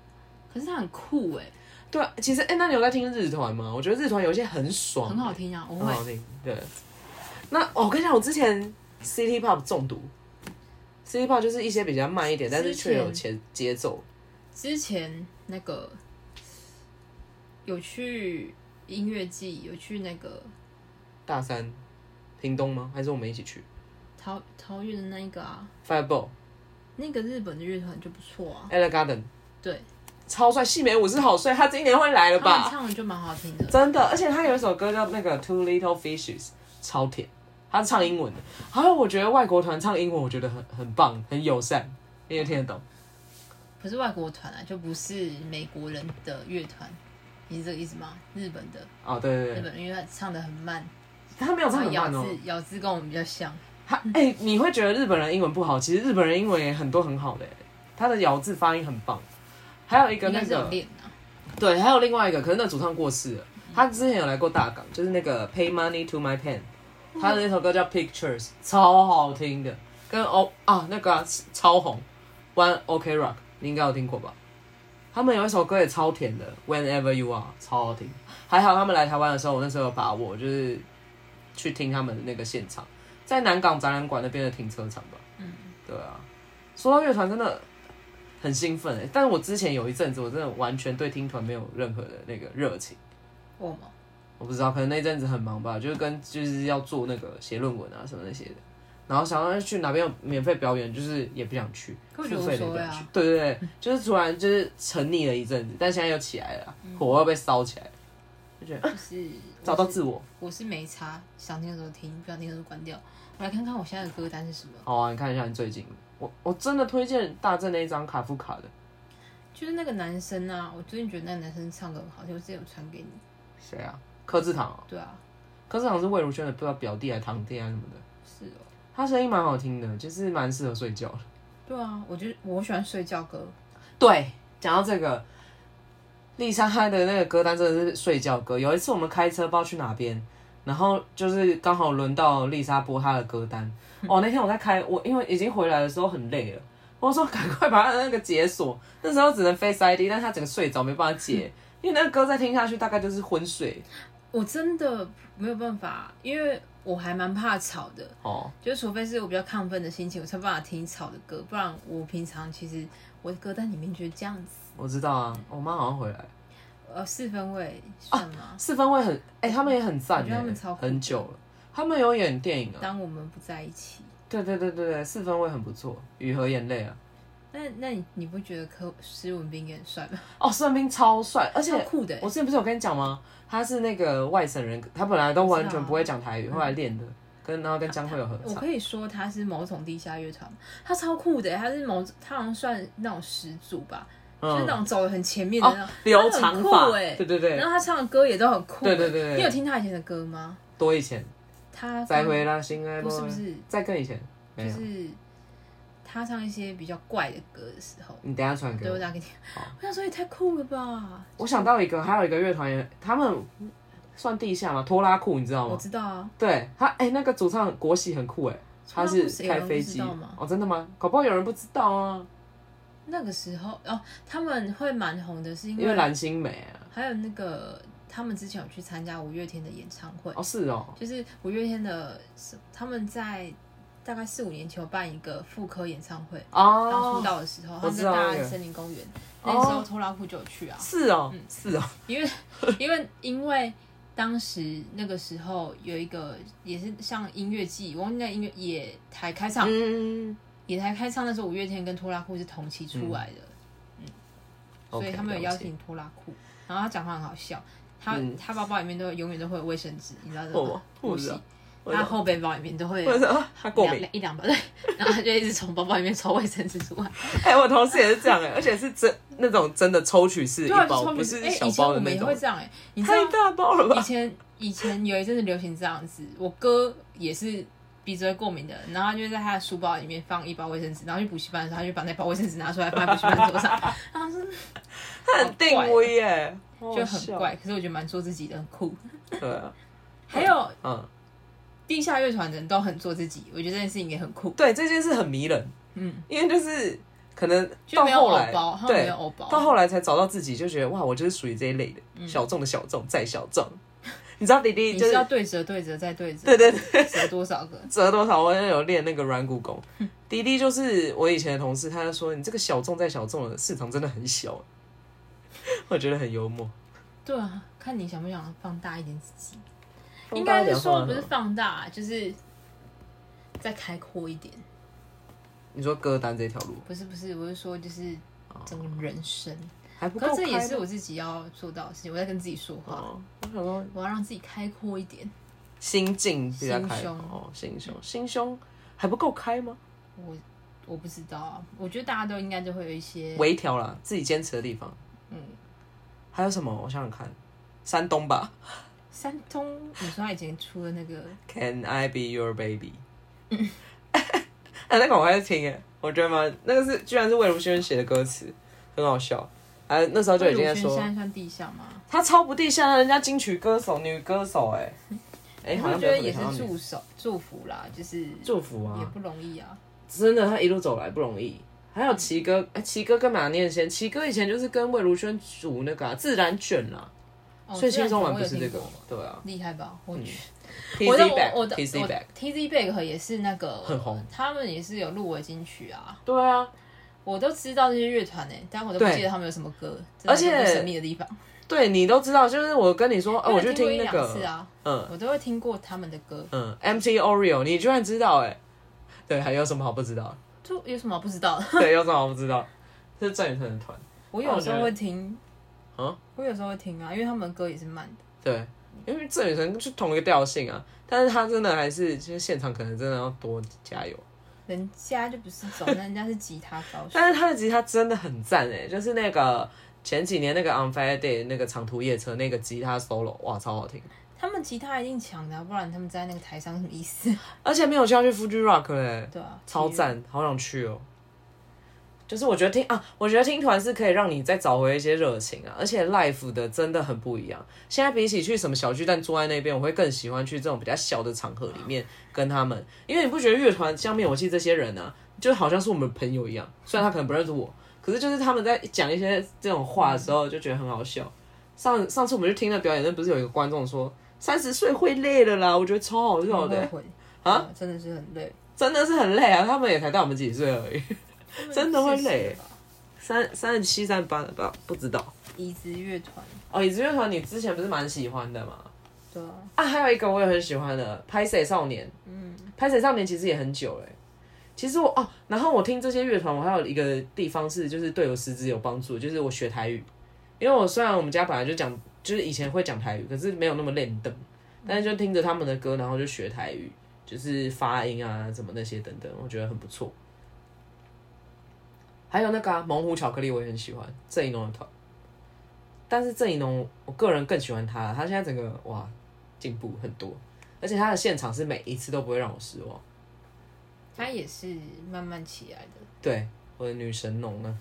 Speaker 1: 可是他很酷哎、
Speaker 2: 对啊，其实哎、那你有在听日团吗？我觉得日团有一些很爽、
Speaker 1: 很好听啊，我
Speaker 2: 很
Speaker 1: 会
Speaker 2: 好听。哦对，那、哦我跟你讲，我之前 City Pop 中毒，City Pop 就是一些比较慢一点，但是却有
Speaker 1: 之
Speaker 2: 节节奏。
Speaker 1: 之前那个有去音乐季，有去那个
Speaker 2: 大三，屏东吗？还是我们一起去
Speaker 1: 桃桃园的那一个啊，
Speaker 2: ？Fireball、
Speaker 1: 那个日本的乐团就不错啊，
Speaker 2: Ella Garden，
Speaker 1: 对，
Speaker 2: 超帅，细美五十好帅，他今年会来了
Speaker 1: 他们
Speaker 2: 吧？
Speaker 1: 唱的就蛮好听的。
Speaker 2: 真的，而且他有一首歌叫那个 Two Little Fishes，超甜，他是唱英文的。还有我觉得外国团唱英文，我觉得很很棒，很友善，你也听得懂。
Speaker 1: 可是外国团啊，就不是美国人的乐团，你是这个意思吗？日本的
Speaker 2: 哦，对对
Speaker 1: 日
Speaker 2: 对，
Speaker 1: 本人乐团唱的很慢，
Speaker 2: 他没有
Speaker 1: 然
Speaker 2: 唱
Speaker 1: 后
Speaker 2: 很
Speaker 1: 咬
Speaker 2: 慢哦。
Speaker 1: 字咬字跟我们比较像，
Speaker 2: 他哎、你会觉得日本人英文不好，其实日本人英文也很多很好的欸，他的咬字发音很棒。还有一个
Speaker 1: 应
Speaker 2: 那
Speaker 1: 该是有
Speaker 2: 个
Speaker 1: 练啊。
Speaker 2: 对，还有另外一个，可是那主唱过世了，他之前有来过大港，就是那个 Pay Money to My Pen，他的那首歌叫 Pictures，超好听的，跟哦啊那个啊、超红，One OK Rock，你应该有听过吧？他们有一首歌也超甜的，Whenever You Are，超好听。还好他们来台湾的时候，我那时候有把握，就是去听他们的那个现场，在南港展览馆那边的停车场吧。嗯，对啊。说到乐团，真的很兴奋、欸，但是我之前有一阵子，我真的完全对听团没有任何的那个热情。
Speaker 1: 我吗？
Speaker 2: 我不知道，可能那阵子很忙吧，就是跟就是要做那个写论文啊什么那些的，然后想要去哪边有免费表演，就是也不想去，
Speaker 1: 可
Speaker 2: 付
Speaker 1: 我觉得
Speaker 2: 费的
Speaker 1: 无所
Speaker 2: 也不
Speaker 1: 谓
Speaker 2: 想
Speaker 1: 啊
Speaker 2: 去。对对对，就是突然就是沉溺了一阵子，但现在又起来了啊，火要被烧起来了，就觉 得
Speaker 1: 就是
Speaker 2: 找到自我。
Speaker 1: 嗯我是没差，想听的时候听，不想听的时候关掉。我来看看我现在的歌单是什么，
Speaker 2: 好啊，你看一下你最近，我我真的推荐大正那一张卡夫卡的，
Speaker 1: 就是那个男生啊，我最近觉得那个男生唱歌很好听，我之前有传给你。
Speaker 2: 谁啊？柯志堂、哦，
Speaker 1: 对啊，
Speaker 2: 柯志堂是魏如萱的，不知道表弟还是堂弟还是什么的，
Speaker 1: 是哦，
Speaker 2: 他声音蛮好听的，就是蛮适合睡觉的。
Speaker 1: 对啊，我就我喜欢睡觉歌，
Speaker 2: 对，讲到这个，丽莎她的那个歌单真的是睡觉歌。有一次我们开车不知道去哪边，然后就是刚好轮到丽莎播她的歌单。哦，那天我在开，我因为已经回来的时候很累了，我说赶快把她的那个解锁。那时候只能 Face ID，但她整个睡着没办法解，因为那个歌再听下去大概就是昏睡。
Speaker 1: 我真的没有办法，因为我还蛮怕吵的，
Speaker 2: 哦，
Speaker 1: 就是除非是我比较亢奋的心情，我才有办法听吵的歌，不然我平常其实我的歌单里面就是这样子。
Speaker 2: 我知道啊，我妈好像回来了
Speaker 1: 呃，四分位算吗？
Speaker 2: 四分位很，哎、他们也很
Speaker 1: 我
Speaker 2: 赞、
Speaker 1: 觉得他们超
Speaker 2: 欸，
Speaker 1: 酷
Speaker 2: 很久了，他们有演电影啊。
Speaker 1: 当我们不在一起，
Speaker 2: 对对对对对，四分位很不错，《雨和眼泪》啊。
Speaker 1: 那那你你不觉得柯施文斌也很帅吗？
Speaker 2: 哦，孙斌超帅，而且
Speaker 1: 超酷的欸
Speaker 2: 我之前不是有跟你讲吗？他是那个外省人，他本来都完全不会讲台语，后来练的，跟然后跟江惠有合
Speaker 1: 啊我
Speaker 2: 唱。
Speaker 1: 可以说他是某种地下乐团，他超酷的欸，他是某他好像算那种始祖吧，就是那
Speaker 2: 嗯，
Speaker 1: 种走的很前面的那
Speaker 2: 哦
Speaker 1: 种，，
Speaker 2: 留长
Speaker 1: 他很
Speaker 2: 发
Speaker 1: 酷，欸
Speaker 2: 对对对
Speaker 1: 然，后他唱的歌也都很酷欸。
Speaker 2: 对对对对
Speaker 1: 你有听他以前的歌吗？
Speaker 2: 多以前，
Speaker 1: 他
Speaker 2: 再回啦，心爱
Speaker 1: 不是
Speaker 2: 梦
Speaker 1: 不是，
Speaker 2: 再更以前，没
Speaker 1: 就
Speaker 2: 有。
Speaker 1: 是他唱一些比较怪的歌的时候，
Speaker 2: 你等一下传给
Speaker 1: 对我
Speaker 2: 我。
Speaker 1: 打给你
Speaker 2: 好。
Speaker 1: 我想说也太酷了吧！
Speaker 2: 我想到一个，还有一个乐团也，他们算地下吗？拖拉库，你知道
Speaker 1: 我
Speaker 2: 吗？
Speaker 1: 知道啊，
Speaker 2: 对他，哎，那个主唱国玺很酷哎，他是
Speaker 1: 谁
Speaker 2: 开飞机
Speaker 1: 知道吗？
Speaker 2: 哦，真的吗？搞不好有人不知道啊，
Speaker 1: 那个时候哦，他们会蛮红的，是因
Speaker 2: 因为
Speaker 1: 为
Speaker 2: 蓝心湄啊，
Speaker 1: 还有那个他们之前有去参加五月天的演唱会，
Speaker 2: 哦是哦，
Speaker 1: 就是五月天的，他们在大概四五年前有办一个妇科演唱会，刚
Speaker 2: 哦
Speaker 1: 出，道的时候，他
Speaker 2: 我
Speaker 1: 们在
Speaker 2: 知道
Speaker 1: 大
Speaker 2: 那个
Speaker 1: 安森林公园，那
Speaker 2: 哦
Speaker 1: 时候拖拉库就有去啊，
Speaker 2: 是哦，是哦，
Speaker 1: 因为因为因为当时那个时候有一个也是像音乐季，我忘记那音乐野台开唱，
Speaker 2: 嗯
Speaker 1: 野台开唱那时候五月天跟拖拉库是同期出来的，所以他们有邀。请拖拉库，然后他讲话很好笑，他、
Speaker 2: 嗯
Speaker 1: 他包包里面都永远都会有卫生纸，你知道这
Speaker 2: 哦
Speaker 1: 个
Speaker 2: 我
Speaker 1: 呼
Speaker 2: 知
Speaker 1: 吸
Speaker 2: 道，我知道
Speaker 1: 他后背包里面都会。
Speaker 2: 为什么他过敏？
Speaker 1: 两一两包对，然后他就一直从包包里面抽卫生纸出来，
Speaker 2: 哎、我同事也是这样哎、而且是真那种真的抽取式一
Speaker 1: 对啊，
Speaker 2: 包，
Speaker 1: 就
Speaker 2: 不
Speaker 1: 是
Speaker 2: 是
Speaker 1: 哎，
Speaker 2: 小
Speaker 1: 以前
Speaker 2: 包
Speaker 1: 我
Speaker 2: 的
Speaker 1: 们
Speaker 2: 那
Speaker 1: 也
Speaker 2: 种
Speaker 1: 会，这样哎，你知道
Speaker 2: 太大包了
Speaker 1: 以
Speaker 2: 吧？
Speaker 1: 前以前有一阵子流行这样子，我哥也是鼻子会过敏的，然后他就在他的书包里面放一包卫生纸，然后去补习班的时候，他就把那包卫生纸拿出来放在补习班桌 上，然后是
Speaker 2: 他很定位耶、好
Speaker 1: 就
Speaker 2: 好
Speaker 1: 很
Speaker 2: 笑
Speaker 1: 怪，。可是我觉得蛮做自己的，很酷。
Speaker 2: 对啊，
Speaker 1: 还有
Speaker 2: 嗯，
Speaker 1: 地下乐团的人都很做自己，我觉得这件事情也很酷，
Speaker 2: 对，这件事很迷人，
Speaker 1: 嗯，
Speaker 2: 因为就是可能
Speaker 1: 就
Speaker 2: 到
Speaker 1: 没有
Speaker 2: 后
Speaker 1: 偶
Speaker 2: 来
Speaker 1: 包，他们没
Speaker 2: 对
Speaker 1: 有。偶包，嗯
Speaker 2: 到后来才找到自己，就觉得哇，我就是属于这一类的、小众的小众，再小众。你知道弟弟
Speaker 1: 你
Speaker 2: 就是是
Speaker 1: 要对折对折再对折，
Speaker 2: 对对对，
Speaker 1: 折多少个？
Speaker 2: 折多少，我也有练那个软骨功。滴滴就是我以前的同事，他就说你这个小众再小众的市场真的很小， 我觉得很幽默。
Speaker 1: 对啊，看你想不想放大一点自己。应
Speaker 2: 放大
Speaker 1: 该
Speaker 2: 一点
Speaker 1: 是说
Speaker 2: 话
Speaker 1: 不是放大，啊就是再开阔一点。
Speaker 2: 你说歌单这条路
Speaker 1: 不是不是，我是说就是整个人生，
Speaker 2: 还哦不够
Speaker 1: 可
Speaker 2: 开
Speaker 1: 是
Speaker 2: 吗，
Speaker 1: 这也是我自己要做到的事情。我在跟自己说话，
Speaker 2: 哦，我想说
Speaker 1: 我要让自己开阔一点。
Speaker 2: 心境比较开
Speaker 1: 心胸
Speaker 2: 哦，心胸心胸还不够开吗？
Speaker 1: 我我不知道啊，我觉得大家都应该就会有一些，
Speaker 2: 微调啦，自己坚持的地方。
Speaker 1: 嗯，
Speaker 2: 还有什么？我想想看，山东吧。
Speaker 1: 三通，你说他以前出的那个，
Speaker 2: Can I be your baby？哎、那个我还是听哎，我觉得蛮那个是居然是魏如萱写的歌词，很好笑。哎、那时候就已经
Speaker 1: 魏
Speaker 2: 在
Speaker 1: 如萱
Speaker 2: 说
Speaker 1: 现在算地下吗？
Speaker 2: 她超不地下，人家金曲歌手、女歌手哎、 哎、好
Speaker 1: 我
Speaker 2: 像
Speaker 1: 觉得也是
Speaker 2: 没有特别想到
Speaker 1: 祝手祝福啦，就是
Speaker 2: 祝福
Speaker 1: 也
Speaker 2: 啊，
Speaker 1: 不容易啊。
Speaker 2: 真的她一路走来不容易。还有奇哥，哎、奇哥跟马念先，奇哥以前就是跟魏如萱组那个、啊、自然卷啦、
Speaker 1: 哦
Speaker 2: 所
Speaker 1: 这
Speaker 2: 以轻
Speaker 1: 样
Speaker 2: 松玩
Speaker 1: 我
Speaker 2: 不
Speaker 1: 有
Speaker 2: 是这
Speaker 1: 听
Speaker 2: 个
Speaker 1: 过，
Speaker 2: 对啊
Speaker 1: 厉害吧？我去，
Speaker 2: ，T
Speaker 1: 我
Speaker 2: Z
Speaker 1: 的我我
Speaker 2: back
Speaker 1: 的
Speaker 2: T Z
Speaker 1: 我
Speaker 2: back，
Speaker 1: T Z Back 也是那个
Speaker 2: 很红，
Speaker 1: 他们也是有入围金曲啊。
Speaker 2: 对啊，
Speaker 1: 我都知道这些乐团诶，但我都不
Speaker 2: 对
Speaker 1: 记得他们有什么歌，
Speaker 2: 而且
Speaker 1: 这就是神秘的地方。
Speaker 2: 对你都知道，就是我跟你说，哦，
Speaker 1: 因为
Speaker 2: 我去
Speaker 1: 听过
Speaker 2: 听
Speaker 1: 一
Speaker 2: 那
Speaker 1: 两
Speaker 2: 个，
Speaker 1: 次啊，
Speaker 2: 嗯
Speaker 1: 我都会听过他们的歌，
Speaker 2: 嗯，MT Oreo，你居然知道哎、对，还有什么好不知 道？
Speaker 1: 就有什么不知道的？
Speaker 2: 对，有什么好不知道？这是郑宇成的团，
Speaker 1: 我有时候会听，
Speaker 2: 嗯，
Speaker 1: 我有时候会听啊，因为他们的歌也是慢的。
Speaker 2: 对，因为郑宇成是同一个调性啊，但是他真的还是就是现场可能真的要多加油，
Speaker 1: 人家就不是走，那人家是吉他高手。
Speaker 2: 但是他的吉他真的很赞哎、就是那个前几年那个 On Fire Day 那个长途夜车那个吉他 solo，哇，超好听，
Speaker 1: 他们吉他一定抢的啊、不然他们在那个台上什么意思？
Speaker 2: 而且没有就要去 Fuji Rock 欸嘞、
Speaker 1: 对啊，
Speaker 2: 超
Speaker 1: 其实。
Speaker 2: 赞，好想去哦。就是我觉得听啊，我觉得听团是可以让你再找回一些热情啊，而且 l i f e 的真的很不一样。现在比起去什么小巨蛋坐在那边，我会更喜欢去这种比较小的场合里面跟他们，因为你不觉得乐团像灭火器这些人啊，就好像是我们朋友一样，虽然他可能不认识我，可是就是他们在讲一些这种话的时候，就觉得很好笑。上上次我们去听了表演，那不是有一个观众说三十岁会累了啦，我觉得超好笑的、
Speaker 1: 很后悔
Speaker 2: 哦啊，
Speaker 1: 真的是很累，
Speaker 2: 真的是很累啊，他们也才大我们几岁而已。 真的会累
Speaker 1: 40吧。
Speaker 2: 三三十七、三十八，不不知道。
Speaker 1: 椅子乐团，
Speaker 2: 哦，椅子乐团你之前不是蛮喜欢的吗？
Speaker 1: 对啊，
Speaker 2: 啊，还有一个我也很喜欢的《拍谁少年》。
Speaker 1: 嗯，
Speaker 2: 拍谁少年其实也很久嘞。欸其实我哦，然后我听这些乐团，我还有一个地方是就是对我实质有帮助，就是我学台语。因为我虽然我们家本来就讲，就是以前会讲台语，可是没有那么练灯，但是就听着他们的歌，然后就学台语，就是发音啊什么那些等等，我觉得很不错。还有那个、啊、猛虎巧克力，我也很喜欢郑宜农的团，但是郑宜农我个人更喜欢他，他现在整个哇进步很多，而且他的现场是每一次都不会让我失望。
Speaker 1: 它也是慢慢起来的，
Speaker 2: 对，我的女神农啊呢？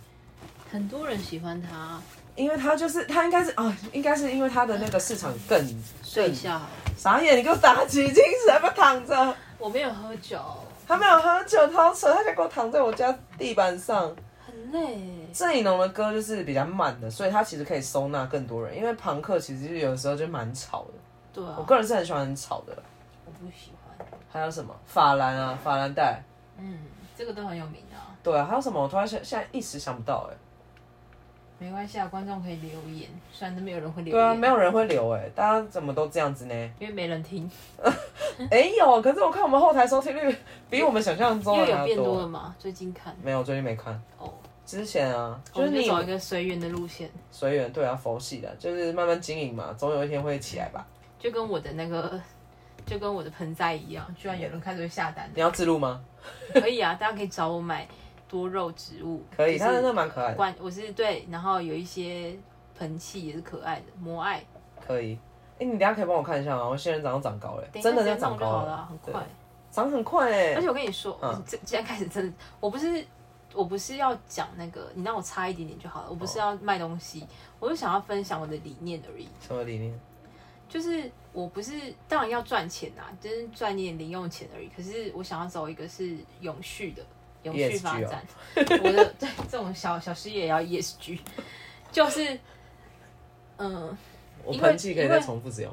Speaker 1: 很多人喜欢它。
Speaker 2: 因为他就是他应该是啊、应该是因为他的那个市场更
Speaker 1: 睡一下好了，
Speaker 2: 傻眼，你给我打起精神，不要躺着。
Speaker 1: 我没有喝酒，
Speaker 2: 他没有喝酒，超扯，他就给我躺在我家地板上。
Speaker 1: 很累。
Speaker 2: 郑宜农的歌就是比较慢的，所以他其实可以收纳更多人，因为朋克其实有时候就蛮吵的。
Speaker 1: 对啊，
Speaker 2: 我个人是很喜欢很吵的啦。
Speaker 1: 我不喜欢。
Speaker 2: 还有什么法兰啊，法兰黛，
Speaker 1: 嗯，这个都很有名啊，
Speaker 2: 对啊，还有什么？我突然现现在一时想不到哎、
Speaker 1: 没关系啊，观众可以留言，虽然都没有人会留言，
Speaker 2: 对啊，没有人会留哎、大家怎么都这样子呢？
Speaker 1: 因为没人听，
Speaker 2: 哎、有，可是我看我们后台收听率比我们想象中
Speaker 1: 因
Speaker 2: 的
Speaker 1: 为有
Speaker 2: 还要
Speaker 1: 变多了
Speaker 2: 多。
Speaker 1: 嘛，最近看
Speaker 2: 没有，最近没看。
Speaker 1: 哦，
Speaker 2: 之前啊，
Speaker 1: 我
Speaker 2: 就是
Speaker 1: 们哦就
Speaker 2: 你
Speaker 1: 走一个随缘的路线，
Speaker 2: 随缘，对啊，佛系的，就是慢慢经营嘛，总有一天会起来吧。
Speaker 1: 就跟我的那个。就跟我的盆栽一样，居然有人开始会下单，
Speaker 2: 你要自录吗？
Speaker 1: 可以啊，大家可以找我买多肉植物，
Speaker 2: 可以，
Speaker 1: 就
Speaker 2: 它
Speaker 1: 是
Speaker 2: 真的蛮可爱的，
Speaker 1: 罐我是对，然后有一些盆器也是可爱的，摩爱，
Speaker 2: 可以。哎、你等一下可以帮我看一下吗？我仙人掌要长高嘞，真的
Speaker 1: 要
Speaker 2: 要长高
Speaker 1: 好了啊，很
Speaker 2: 对
Speaker 1: 快。
Speaker 2: 长很快哎、
Speaker 1: 而且我跟你说
Speaker 2: 嗯，
Speaker 1: 这今天开始真的，我不是我不是要讲那个，你让我差一点点就好了，我不
Speaker 2: 哦
Speaker 1: 是要卖东西，我就想要分享我的理念而已。
Speaker 2: 什么理念？
Speaker 1: 就是我不是当然要赚钱啊，就是赚一点零用钱而已。可是我想要走一个是永续的，永续
Speaker 2: ESG
Speaker 1: 发展。我的对这种小小事业也要 ESG，就是嗯，
Speaker 2: 我
Speaker 1: 因为
Speaker 2: 喷气可以
Speaker 1: 因
Speaker 2: 再
Speaker 1: 为
Speaker 2: 重复使用。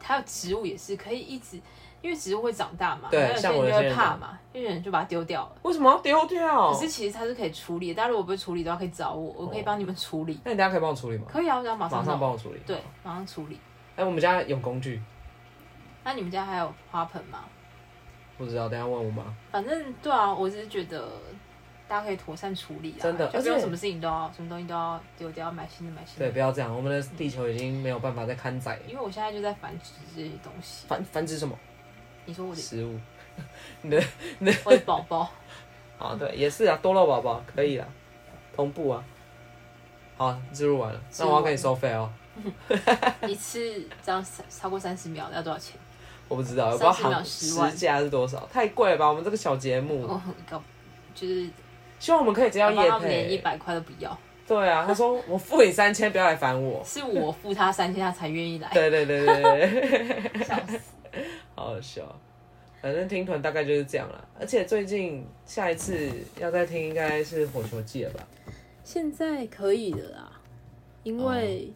Speaker 1: 还有植物也是可以一直，因为植物会长大嘛，
Speaker 2: 对
Speaker 1: 然后
Speaker 2: 像
Speaker 1: 有
Speaker 2: 我的
Speaker 1: 些人
Speaker 2: 仙
Speaker 1: 就
Speaker 2: 人
Speaker 1: 会怕
Speaker 2: 掌
Speaker 1: 嘛，有些人就把它丢掉了。
Speaker 2: 为什么要丢掉？
Speaker 1: 可是其实它是可以处理的，大家如果不会处理的话，可以找我，我可以帮你们处理。
Speaker 2: 那你等一下可以帮我处理吗？
Speaker 1: 可以啊，我想马
Speaker 2: 哦马
Speaker 1: 上
Speaker 2: 上
Speaker 1: 弄。
Speaker 2: 帮我处理。
Speaker 1: 对，马上处理。
Speaker 2: 哎、我们家有工具，
Speaker 1: 那你们家还有花盆吗？
Speaker 2: 不知道，等一下问我妈。
Speaker 1: 反正对啊，我只是觉得大家可以妥善处理啊，
Speaker 2: 真的
Speaker 1: 就不
Speaker 2: 而
Speaker 1: 用
Speaker 2: 且
Speaker 1: 什么事情都要，什么东西都要丢掉，买新的买新
Speaker 2: 对，
Speaker 1: 的。
Speaker 2: 不要这样，我们的地球已经没有办法再看载了
Speaker 1: 因为我现在就在繁殖这些东西。
Speaker 2: 繁繁殖什么
Speaker 1: 你说我 的
Speaker 2: 食物？
Speaker 1: 我的宝宝，
Speaker 2: 啊，对，也是啊，多肉宝宝可以啦，同步啊。好，植入完了，
Speaker 1: 植
Speaker 2: 那
Speaker 1: 入
Speaker 2: 我要
Speaker 1: 完
Speaker 2: 跟你收费哦。
Speaker 1: 一次这样超超过三十秒要多少钱？
Speaker 2: 我不知道，我不知道
Speaker 1: 30秒
Speaker 2: 行
Speaker 1: 10万
Speaker 2: 实价是多少，太贵了吧？我们这个小节目，
Speaker 1: 我搞就是
Speaker 2: 希望我们可以接到
Speaker 1: 我帮
Speaker 2: 业
Speaker 1: 他们连一
Speaker 2: 配。
Speaker 1: 百块都不要，
Speaker 2: 对啊，他说 我付你三千，不要来烦我。
Speaker 1: 是我付哎 他三千，他才愿意来，
Speaker 2: 对对对对对，
Speaker 1: 笑死。
Speaker 2: 好好笑。反正听团大概就是这样啦。而且最近下一次要再听应该是《火球季》了吧？
Speaker 3: 现在可以的啦，因为、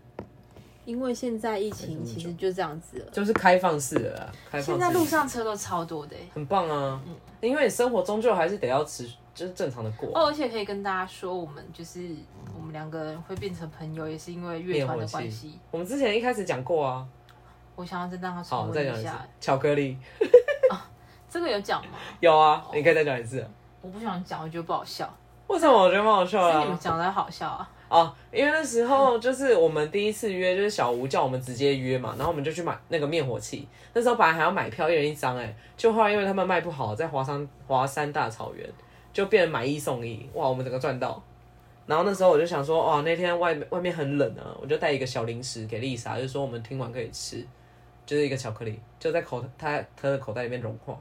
Speaker 3: 因为现在疫情
Speaker 2: 哦没这么
Speaker 3: 其
Speaker 2: 久
Speaker 3: 实就这样子了。
Speaker 2: 就是开放式的啦，开放
Speaker 1: 现
Speaker 2: 式。
Speaker 1: 在路上车都超多的欸、
Speaker 2: 很棒啊，因为生活终究还是得要持，就是正常的过。
Speaker 1: 哦，而且可以跟大家说，我们就是我们两个人会变成朋友，也是因为乐
Speaker 2: 灭
Speaker 1: 团
Speaker 2: 火
Speaker 1: 的关
Speaker 2: 器
Speaker 1: 系。，
Speaker 2: 我们之前一开始讲过啊。
Speaker 1: 我想要再让他重
Speaker 2: 好，再讲
Speaker 1: 温
Speaker 2: 一
Speaker 1: 一
Speaker 2: 次
Speaker 1: 下，，
Speaker 2: 巧克力
Speaker 1: 这个有讲吗？
Speaker 2: 有啊，你可以再讲一次。
Speaker 1: 我不想讲，我觉得不好笑，
Speaker 2: 为什么我觉得蛮好笑
Speaker 1: 是
Speaker 2: 的
Speaker 1: 你们
Speaker 2: 啊？
Speaker 1: 讲才好笑啊。
Speaker 2: 哦，因为那时候就是我们第一次约，就是小吴叫我们直接约嘛，然后我们就去买那个灭火器。那时候本来还要买票，一人一张，哎，就后来因为他们卖不好，在华山华山大草原就变成买一送一，哇，我们整个赚到。然后那时候我就想说，哇，那天外面外面很冷啊，我就带一个小零食给丽莎，就说我们听完可以吃，就是一个巧克力，就在口她她的口袋里面融化。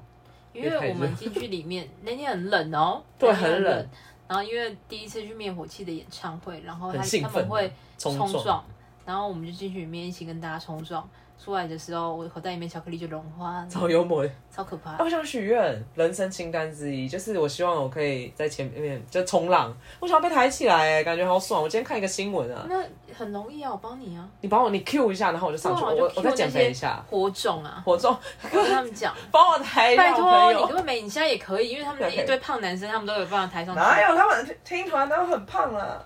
Speaker 1: 因为我们进去里面那天很冷哦，
Speaker 2: 对
Speaker 1: 那天
Speaker 2: 很冷
Speaker 1: 冷。然后因为第一次去灭火器的演唱会，然后他
Speaker 2: 很兴
Speaker 1: 他
Speaker 2: 奋啊
Speaker 1: 们会
Speaker 2: 冲
Speaker 1: 撞，
Speaker 2: 撞
Speaker 1: 然后我们就进去里面一起跟大家冲撞。出来的时候，我口袋里面巧克力就融化了，
Speaker 2: 超幽默的，
Speaker 1: 超可怕
Speaker 2: 啊。我想许愿，人生清单之一就是我希望我可以在前面就冲浪，我想要被抬起来，哎感觉好爽。我今天看一个新闻啊，
Speaker 1: 那很容易啊，我帮你啊。
Speaker 2: 你帮我你 Q 一下，然后我就上去，
Speaker 1: 对啊
Speaker 2: 我
Speaker 1: 就 cue
Speaker 2: 我再减肥一下，
Speaker 1: 火种啊，
Speaker 2: 我中，
Speaker 1: 我跟他们讲，
Speaker 2: 帮我抬一下
Speaker 1: 拜
Speaker 2: 我朋
Speaker 1: 托你根
Speaker 2: 友。
Speaker 1: 本没，你现在也可以，因为他们那一堆胖男生，他们都有办法抬上
Speaker 2: 哪
Speaker 1: 去。
Speaker 2: 有他们听团都很胖啊？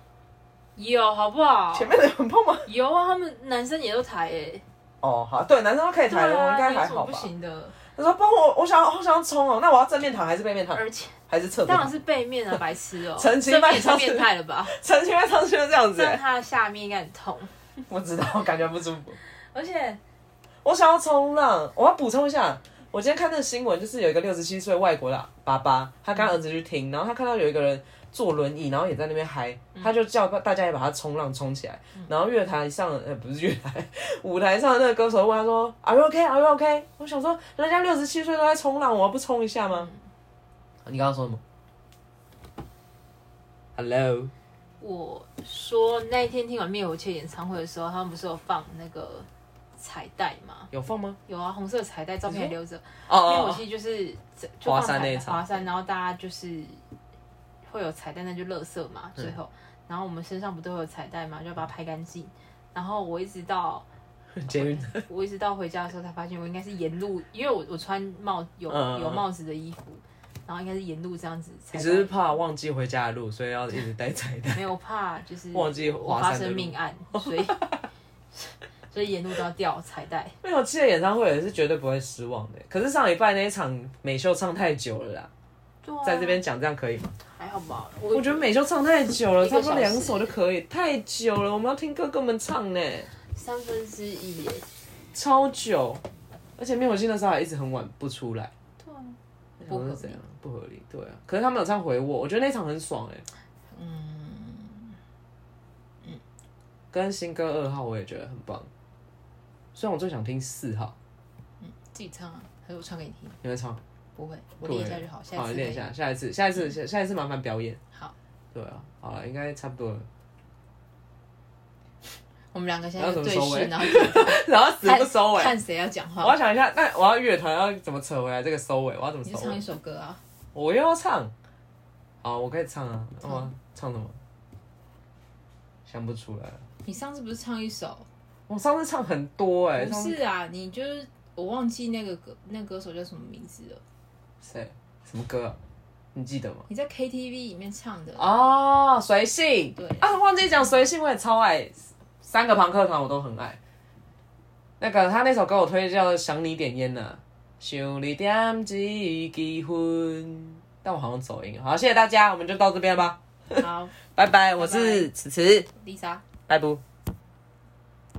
Speaker 1: 有好不好？
Speaker 2: 前面的很胖吗？
Speaker 1: 有啊，他们男生也都抬诶、
Speaker 2: 哦，好，对，男生都可以
Speaker 1: 对
Speaker 2: 抬的，我应
Speaker 1: 啊，
Speaker 2: 该
Speaker 1: 有
Speaker 2: 还
Speaker 1: 什么
Speaker 2: 好
Speaker 1: 不
Speaker 2: 吧？
Speaker 1: 行 的？
Speaker 2: 他说帮我，我想要，我想要冲哦，那我要正面躺还是背面躺，
Speaker 1: 而且
Speaker 2: 还是侧面
Speaker 1: 当然
Speaker 2: 躺？
Speaker 1: 是背面啊，白痴 哦、
Speaker 2: 陈其
Speaker 1: 这
Speaker 2: 迈
Speaker 1: 边也太
Speaker 2: 上次
Speaker 1: 变态了吧？
Speaker 2: 陈情迈上去就这样子、
Speaker 1: 站
Speaker 2: 哎
Speaker 1: 他的下面应该很痛，
Speaker 2: 我知道，感觉不舒服。
Speaker 1: 而且
Speaker 2: 我想要冲浪，我要补充一下，我今天看那个新闻，就是有一个六十七岁外国的爸爸，他跟他儿子去听，然后他看到有一个人坐轮椅，然后也在那边嗨，他就叫大家也把他冲浪冲起来。然后乐台上，呃，不是乐台，舞台上的那个歌手问他说：“Are you OK? Are you OK？” 我想说，人家六十七岁都在冲浪，我不冲一下吗？你刚刚说什么？Hello，
Speaker 1: 我说那一天听完灭火器演唱会的时候，他们不是有放那个彩带吗？
Speaker 2: 有放吗？
Speaker 1: 有啊，红色彩带照片还留着。
Speaker 2: 哦
Speaker 1: 灭火
Speaker 2: 哦，
Speaker 1: 器就是就
Speaker 2: 华
Speaker 1: 放
Speaker 2: 山
Speaker 1: 彩
Speaker 2: 那一场
Speaker 1: 华山，然后大家就是会有彩蛋，那就垃圾嘛。最后，然后我们身上不都有彩带嘛，就要把它拍干净。然后我一直 到
Speaker 2: 哦捷运，
Speaker 1: 我一直到回家的时候才发现，我应该是沿路，因为我我穿帽有
Speaker 2: 嗯嗯嗯
Speaker 1: 有帽子的衣服，然后应该是沿路这样子才
Speaker 2: 你
Speaker 1: 到。
Speaker 2: 只是怕忘记回家的路，所以要一直带彩带。
Speaker 1: 没有怕，就是
Speaker 2: 忘记
Speaker 1: 我
Speaker 2: 华
Speaker 1: 发
Speaker 2: 山的
Speaker 1: 生
Speaker 2: 路
Speaker 1: 命 案，所以所以沿路都要掉彩带。
Speaker 2: 没有，记得演唱会也是绝对不会失望的。可是上礼拜那一场美秀唱太久了啦，
Speaker 1: 对啊，
Speaker 2: 在这边讲这样可以吗？
Speaker 1: 还好吧？
Speaker 2: 我觉得美秀唱太久了，
Speaker 1: 一
Speaker 2: 差
Speaker 1: 个小时
Speaker 2: 不多两首就可以，太久了。我们要听哥哥们唱呢，
Speaker 1: 三分之一耶。
Speaker 2: 超久。而且灭火器那时候还一直很晚不出来，
Speaker 1: 对啊，不
Speaker 2: 我
Speaker 1: 合理
Speaker 2: 是怎样？不合理，对啊。可是他们有唱回我，我觉得那场很爽哎。
Speaker 3: 嗯，
Speaker 1: 嗯
Speaker 2: 跟新歌二号我也觉得很棒，虽然我最想听四号，
Speaker 3: 自己唱啊，还是我唱给你听？
Speaker 2: 你们唱？
Speaker 3: 不会，我练一下就好，下一次
Speaker 2: 好，
Speaker 3: 可以
Speaker 2: 练一下，下一次，下一次，下下一次麻烦表演。
Speaker 3: 好，
Speaker 2: 对啊，好了，应该差不多 了。
Speaker 3: 我们两个现在就对
Speaker 2: 要怎么收尾
Speaker 3: 视，然后
Speaker 2: 然后死不收尾，
Speaker 3: 看谁要讲
Speaker 2: 我要
Speaker 3: 话。
Speaker 2: 想一下，那我要乐团要怎么扯回来这个收尾？我要怎么
Speaker 3: 你
Speaker 2: 收
Speaker 3: 就唱
Speaker 2: 尾
Speaker 3: 一？首歌啊，
Speaker 2: 我又要唱，好，我可以唱啊，
Speaker 3: 唱
Speaker 2: 哇，唱什么？想不出来了。
Speaker 3: 你上次不是唱一首？
Speaker 2: 我上次唱很多哎、欸，
Speaker 3: 不
Speaker 2: 上次
Speaker 3: 是啊，你就是我忘记那个歌，那歌手叫什么名字了？
Speaker 2: 谁？什么歌啊、你记得吗？
Speaker 3: 你在 KTV 里面唱的，
Speaker 2: 哦，随性。
Speaker 3: 对
Speaker 2: 啊，忘记讲随性，我也超爱，三个朋克团我都很爱。那个他那首歌我推荐叫《想你点烟》呢，想你点一支烟，但我好像走音。好，谢谢大家，我们就到这边吧，
Speaker 3: 好，
Speaker 2: 拜拜。我是此此，
Speaker 3: 丽莎。
Speaker 2: 拜拜。